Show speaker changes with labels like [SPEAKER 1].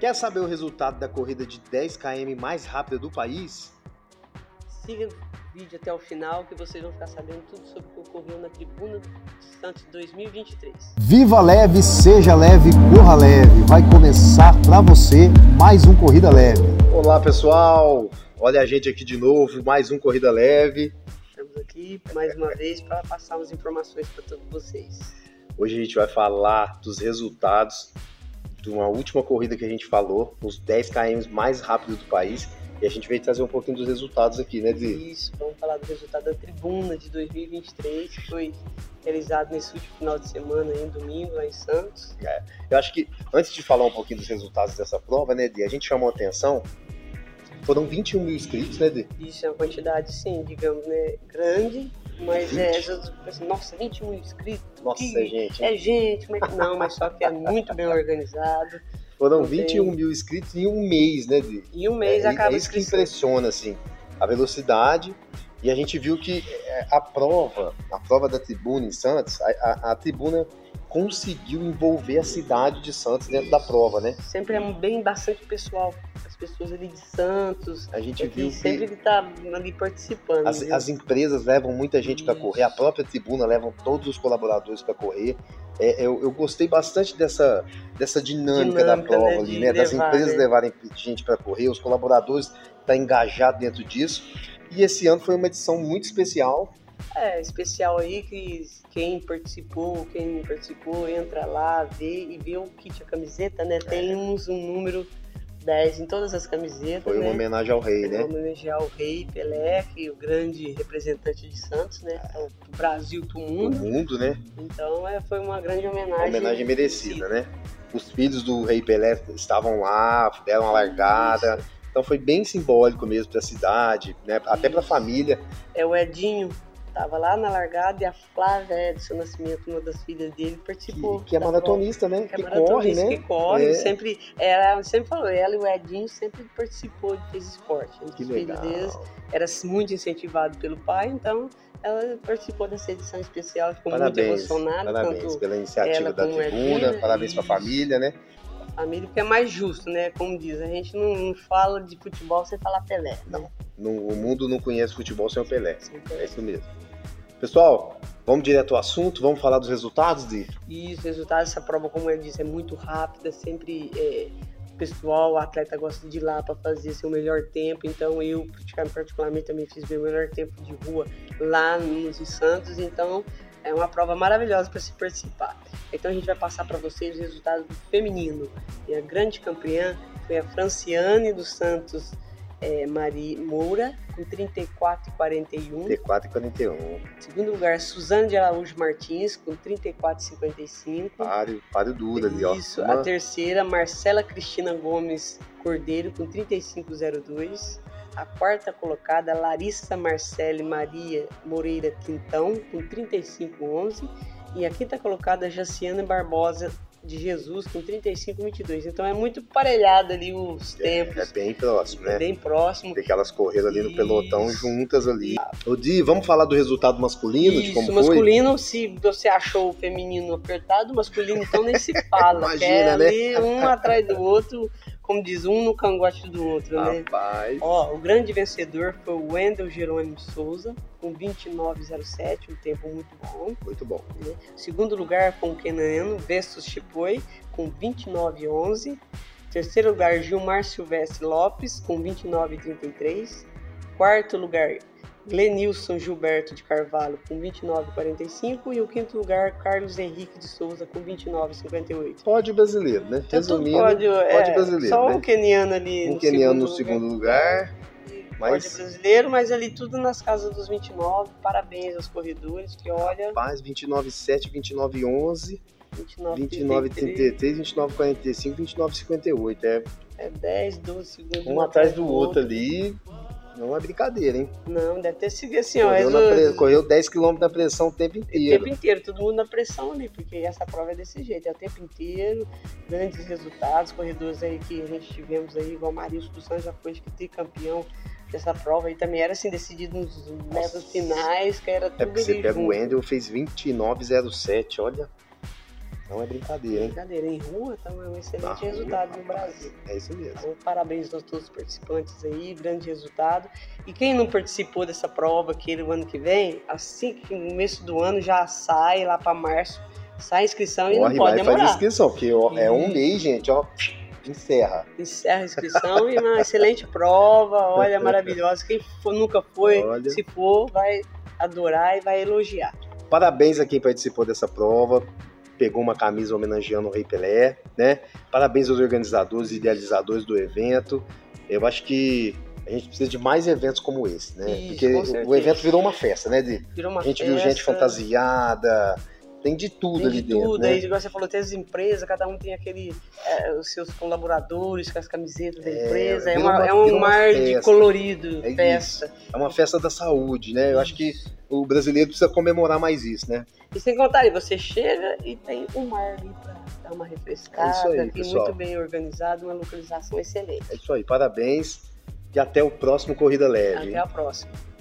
[SPEAKER 1] Quer saber o resultado da corrida de 10 km mais rápida do país?
[SPEAKER 2] Siga o vídeo até o final que vocês vão ficar sabendo tudo sobre o que ocorreu na Tribuna de Santos 2023.
[SPEAKER 1] Viva leve, seja leve, corra leve. Vai começar para você mais um corrida leve. Olá, pessoal. Olha a gente aqui de novo, mais um corrida leve.
[SPEAKER 2] Estamos aqui mais uma vez para passar as informações para todos vocês.
[SPEAKER 1] Hoje a gente vai falar dos resultados de uma última corrida que a gente falou, os 10 km mais rápidos do país. E a gente veio trazer um pouquinho dos resultados aqui, né, Dri?
[SPEAKER 2] Isso, vamos falar do resultado da Tribuna de 2023, que foi realizado nesse último final de semana, em domingo, lá em Santos.
[SPEAKER 1] É, Eu acho que, antes de falar um pouquinho dos resultados dessa prova, né, Dri, a gente chamou a atenção. Foram 21 mil inscritos, né, Dri?
[SPEAKER 2] Isso é uma quantidade, sim, digamos, né, grande, mas é, às vezes, eu penso, nossa, 21 inscritos?
[SPEAKER 1] Nossa,
[SPEAKER 2] que...
[SPEAKER 1] gente.
[SPEAKER 2] É gente, mas não, mas só que é muito bem organizado.
[SPEAKER 1] Foram
[SPEAKER 2] Não tem.
[SPEAKER 1] 21 mil inscritos em um mês, né, Dri?
[SPEAKER 2] Em um mês
[SPEAKER 1] é,
[SPEAKER 2] acaba
[SPEAKER 1] é isso que
[SPEAKER 2] inscrição.
[SPEAKER 1] impressiona, assim, a velocidade. E a gente viu que é, a prova, a prova da tribuna em Santos, a, a- a tribuna conseguiu envolver a cidade de Santos dentro da prova, né?
[SPEAKER 2] Sempre é bem bastante pessoal, as pessoas ali de Santos,
[SPEAKER 1] A gente
[SPEAKER 2] é
[SPEAKER 1] viu
[SPEAKER 2] que
[SPEAKER 1] que
[SPEAKER 2] sempre ele tá ali participando.
[SPEAKER 1] as,
[SPEAKER 2] viu?
[SPEAKER 1] as empresas levam muita gente para
[SPEAKER 2] Isso.
[SPEAKER 1] correr, a própria tribuna levam todos os colaboradores para correr. É, eu, eu gostei bastante dessa, dessa dinâmica, da
[SPEAKER 2] Dinâmica, né,
[SPEAKER 1] prova
[SPEAKER 2] de
[SPEAKER 1] ali, né? das
[SPEAKER 2] levar,
[SPEAKER 1] empresas
[SPEAKER 2] né?
[SPEAKER 1] levarem gente para correr, os colaboradores estar tá engajados dentro disso. E esse ano foi uma edição muito especial.
[SPEAKER 2] É, especial aí que quem participou, quem não participou, entra lá, vê e vê o kit, a camiseta,
[SPEAKER 1] É.
[SPEAKER 2] né? Temos um número 10 em todas as camisetas,
[SPEAKER 1] Foi uma
[SPEAKER 2] né?
[SPEAKER 1] homenagem ao rei, né?
[SPEAKER 2] Vamos homenagear o rei Pelé, que é o grande representante de Santos, né? Então, do Brasil pro
[SPEAKER 1] É. Do
[SPEAKER 2] mundo.
[SPEAKER 1] mundo, né?
[SPEAKER 2] Então é, foi uma grande
[SPEAKER 1] Uma
[SPEAKER 2] homenagem.
[SPEAKER 1] homenagem merecida, né? Os filhos do rei Pelé estavam lá, deram uma largada. Então foi bem simbólico mesmo para a cidade, né? até para a
[SPEAKER 2] Isso.
[SPEAKER 1] família.
[SPEAKER 2] É o Edinho, tava lá na largada e a Flávia é, do seu nascimento, uma das filhas dele, participou.
[SPEAKER 1] Que, que é
[SPEAKER 2] da
[SPEAKER 1] maratonista, né?
[SPEAKER 2] prova. tá Que,
[SPEAKER 1] Que
[SPEAKER 2] é
[SPEAKER 1] corre,
[SPEAKER 2] maratonista,
[SPEAKER 1] né?
[SPEAKER 2] que corre,
[SPEAKER 1] É.
[SPEAKER 2] sempre, ela sempre falou, ela e o Edinho sempre participou de fez esporte. Um dos
[SPEAKER 1] Que
[SPEAKER 2] filhos
[SPEAKER 1] legal.
[SPEAKER 2] deles era muito incentivado pelo pai, então ela participou dessa edição especial, ficou muito
[SPEAKER 1] Parabéns,
[SPEAKER 2] emocionada,
[SPEAKER 1] parabéns
[SPEAKER 2] tanto
[SPEAKER 1] pela iniciativa
[SPEAKER 2] ela
[SPEAKER 1] da
[SPEAKER 2] como é
[SPEAKER 1] tribuna,
[SPEAKER 2] filha,
[SPEAKER 1] parabéns para a
[SPEAKER 2] isso.
[SPEAKER 1] família, né?
[SPEAKER 2] a família, porque é mais justo, né? Como diz, a gente não, não fala de futebol sem falar Pelé. Não. Assim, então,
[SPEAKER 1] No, o mundo não conhece futebol sem o Pelé.
[SPEAKER 2] Sem
[SPEAKER 1] É
[SPEAKER 2] Pelé.
[SPEAKER 1] isso mesmo. Pessoal, vamos direto ao assunto, vamos falar dos resultados de
[SPEAKER 2] E os resultados dessa prova, como eu disse, é muito rápida, sempre é, o pessoal, o atleta gosta de ir lá para fazer seu melhor tempo. Então eu, praticamente, particularmente, também fiz meu melhor tempo de rua lá nos Santos. Então é uma prova maravilhosa para se participar. Então a gente vai passar para vocês os resultados do feminino. E a grande campeã foi a Franciane dos Santos é, Mari Moura, com
[SPEAKER 1] T4
[SPEAKER 2] 34,41.
[SPEAKER 1] e 41.
[SPEAKER 2] Segundo lugar, Suzane de Araújo Martins, com 34,55.
[SPEAKER 1] Páreo, páreo duro ali, ó.
[SPEAKER 2] Isso.
[SPEAKER 1] Uma-
[SPEAKER 2] A terceira, Marcela Cristina Gomes Cordeiro, com 35,02. A quarta colocada, Larissa Marcele Maria Moreira Quintão, com 35,11. E a quinta colocada, Jaciane Barbosa de Jesus, com 35,22. Então é muito parelhado ali os tempos.
[SPEAKER 1] É bem próximo, né?
[SPEAKER 2] Bem próximo.
[SPEAKER 1] Tem que elas correram ali no pelotão
[SPEAKER 2] Isso.
[SPEAKER 1] juntas ali. Ô Di, vamos falar do resultado masculino, de
[SPEAKER 2] Isso,
[SPEAKER 1] como foi?
[SPEAKER 2] masculino, se você achou o feminino apertado, o masculino então nem se fala.
[SPEAKER 1] Imagina,
[SPEAKER 2] que é
[SPEAKER 1] né?
[SPEAKER 2] ali um atrás do outro, como diz um no cangote do outro, né?
[SPEAKER 1] Ah. Rapaz.
[SPEAKER 2] Ó, o grande vencedor foi o Wendel Jerônimo Souza, com 29,07, um tempo muito bom.
[SPEAKER 1] Muito bom.
[SPEAKER 2] Segundo lugar com o Kenaniano Vestus Chipoi, com 29,11. Terceiro lugar, Gilmar Silvestre Lopes, com 29,33. Quarto lugar, Glenilson Gilberto de Carvalho, com 29,45. E o quinto lugar, Carlos Henrique de Souza, com 29,58.
[SPEAKER 1] Pódio brasileiro, né?
[SPEAKER 2] Tanto
[SPEAKER 1] Resumindo,
[SPEAKER 2] pódio,
[SPEAKER 1] pódio
[SPEAKER 2] Tá é,
[SPEAKER 1] brasileiro,
[SPEAKER 2] só
[SPEAKER 1] né?
[SPEAKER 2] o Keniano ali
[SPEAKER 1] um
[SPEAKER 2] no
[SPEAKER 1] queniano no
[SPEAKER 2] segundo lugar.
[SPEAKER 1] segundo lugar. mas-
[SPEAKER 2] Pódio brasileiro, mas ali tudo nas casas dos 29. Parabéns aos corredores, que olha,
[SPEAKER 1] Rapaz, 29,7, 29,11,
[SPEAKER 2] 29,
[SPEAKER 1] 29,33, 29,45, 29,58. É
[SPEAKER 2] É 10, 12 segundos.
[SPEAKER 1] um atrás do outro ali. Não é brincadeira, hein?
[SPEAKER 2] Não, deve ter seguido assim, ó.
[SPEAKER 1] Correu,
[SPEAKER 2] mas
[SPEAKER 1] na
[SPEAKER 2] o-
[SPEAKER 1] pre- correu 10 km na pressão o tempo
[SPEAKER 2] o
[SPEAKER 1] inteiro.
[SPEAKER 2] tempo inteiro, todo mundo na pressão ali, porque essa prova é desse jeito, é o tempo inteiro, grandes resultados, corredores aí que a gente tivemos aí, igual Marilson dos Santos já foi acho que tricampeão dessa prova aí também era assim, decidido nos metas finais, que era tudo
[SPEAKER 1] É porque É você
[SPEAKER 2] ali
[SPEAKER 1] pega o
[SPEAKER 2] junto.
[SPEAKER 1] Wendel, fez 29,07, olha. Não é brincadeira, hein? Ah.
[SPEAKER 2] Brincadeira, em rua tá um
[SPEAKER 1] Na
[SPEAKER 2] excelente
[SPEAKER 1] rua,
[SPEAKER 2] resultado no
[SPEAKER 1] rapaz,
[SPEAKER 2] Brasil.
[SPEAKER 1] É isso mesmo.
[SPEAKER 2] Então, parabéns a todos os participantes aí, grande resultado. E quem não participou dessa prova aqui no ano que vem, assim que no começo do ano já sai lá para março, sai a inscrição e
[SPEAKER 1] Corre
[SPEAKER 2] não pode
[SPEAKER 1] vai e faz
[SPEAKER 2] demorar.
[SPEAKER 1] inscrição, porque ó, é um
[SPEAKER 2] Isso.
[SPEAKER 1] mês, gente, ó, encerra.
[SPEAKER 2] Encerra a inscrição e uma excelente prova, olha, maravilhosa. Quem for- nunca foi,
[SPEAKER 1] Olha.
[SPEAKER 2] se for, vai adorar e vai elogiar.
[SPEAKER 1] Parabéns a quem participou dessa prova, pegou uma camisa homenageando o Rei Pelé, né? Parabéns aos organizadores e idealizadores do evento. Eu acho que a gente precisa de mais eventos como esse, né?
[SPEAKER 2] Isso,
[SPEAKER 1] Porque
[SPEAKER 2] com
[SPEAKER 1] o- o
[SPEAKER 2] certeza.
[SPEAKER 1] evento virou uma festa, né? De,
[SPEAKER 2] Virou uma
[SPEAKER 1] a gente viu gente
[SPEAKER 2] festa.
[SPEAKER 1] fantasiada, tem de tudo
[SPEAKER 2] Tem
[SPEAKER 1] ali
[SPEAKER 2] de
[SPEAKER 1] dentro,
[SPEAKER 2] tudo,
[SPEAKER 1] né?
[SPEAKER 2] aí, igual você falou, tem as empresas, cada um tem aquele, é, os seus colaboradores com as camisetas da
[SPEAKER 1] É,
[SPEAKER 2] empresa, é,
[SPEAKER 1] vira
[SPEAKER 2] uma-
[SPEAKER 1] uma-
[SPEAKER 2] é um
[SPEAKER 1] vira uma
[SPEAKER 2] mar de
[SPEAKER 1] festa.
[SPEAKER 2] colorido,
[SPEAKER 1] É isso.
[SPEAKER 2] festa.
[SPEAKER 1] É uma festa da saúde, né? Eu acho que o brasileiro precisa comemorar mais isso, né?
[SPEAKER 2] E sem contar, aí, você chega e tem um mar ali pra dar uma refrescada,
[SPEAKER 1] É isso aí,
[SPEAKER 2] e
[SPEAKER 1] pessoal.
[SPEAKER 2] muito bem organizado, uma localização excelente.
[SPEAKER 1] É isso aí, parabéns e até o próximo Corrida Leve.
[SPEAKER 2] Até a próxima.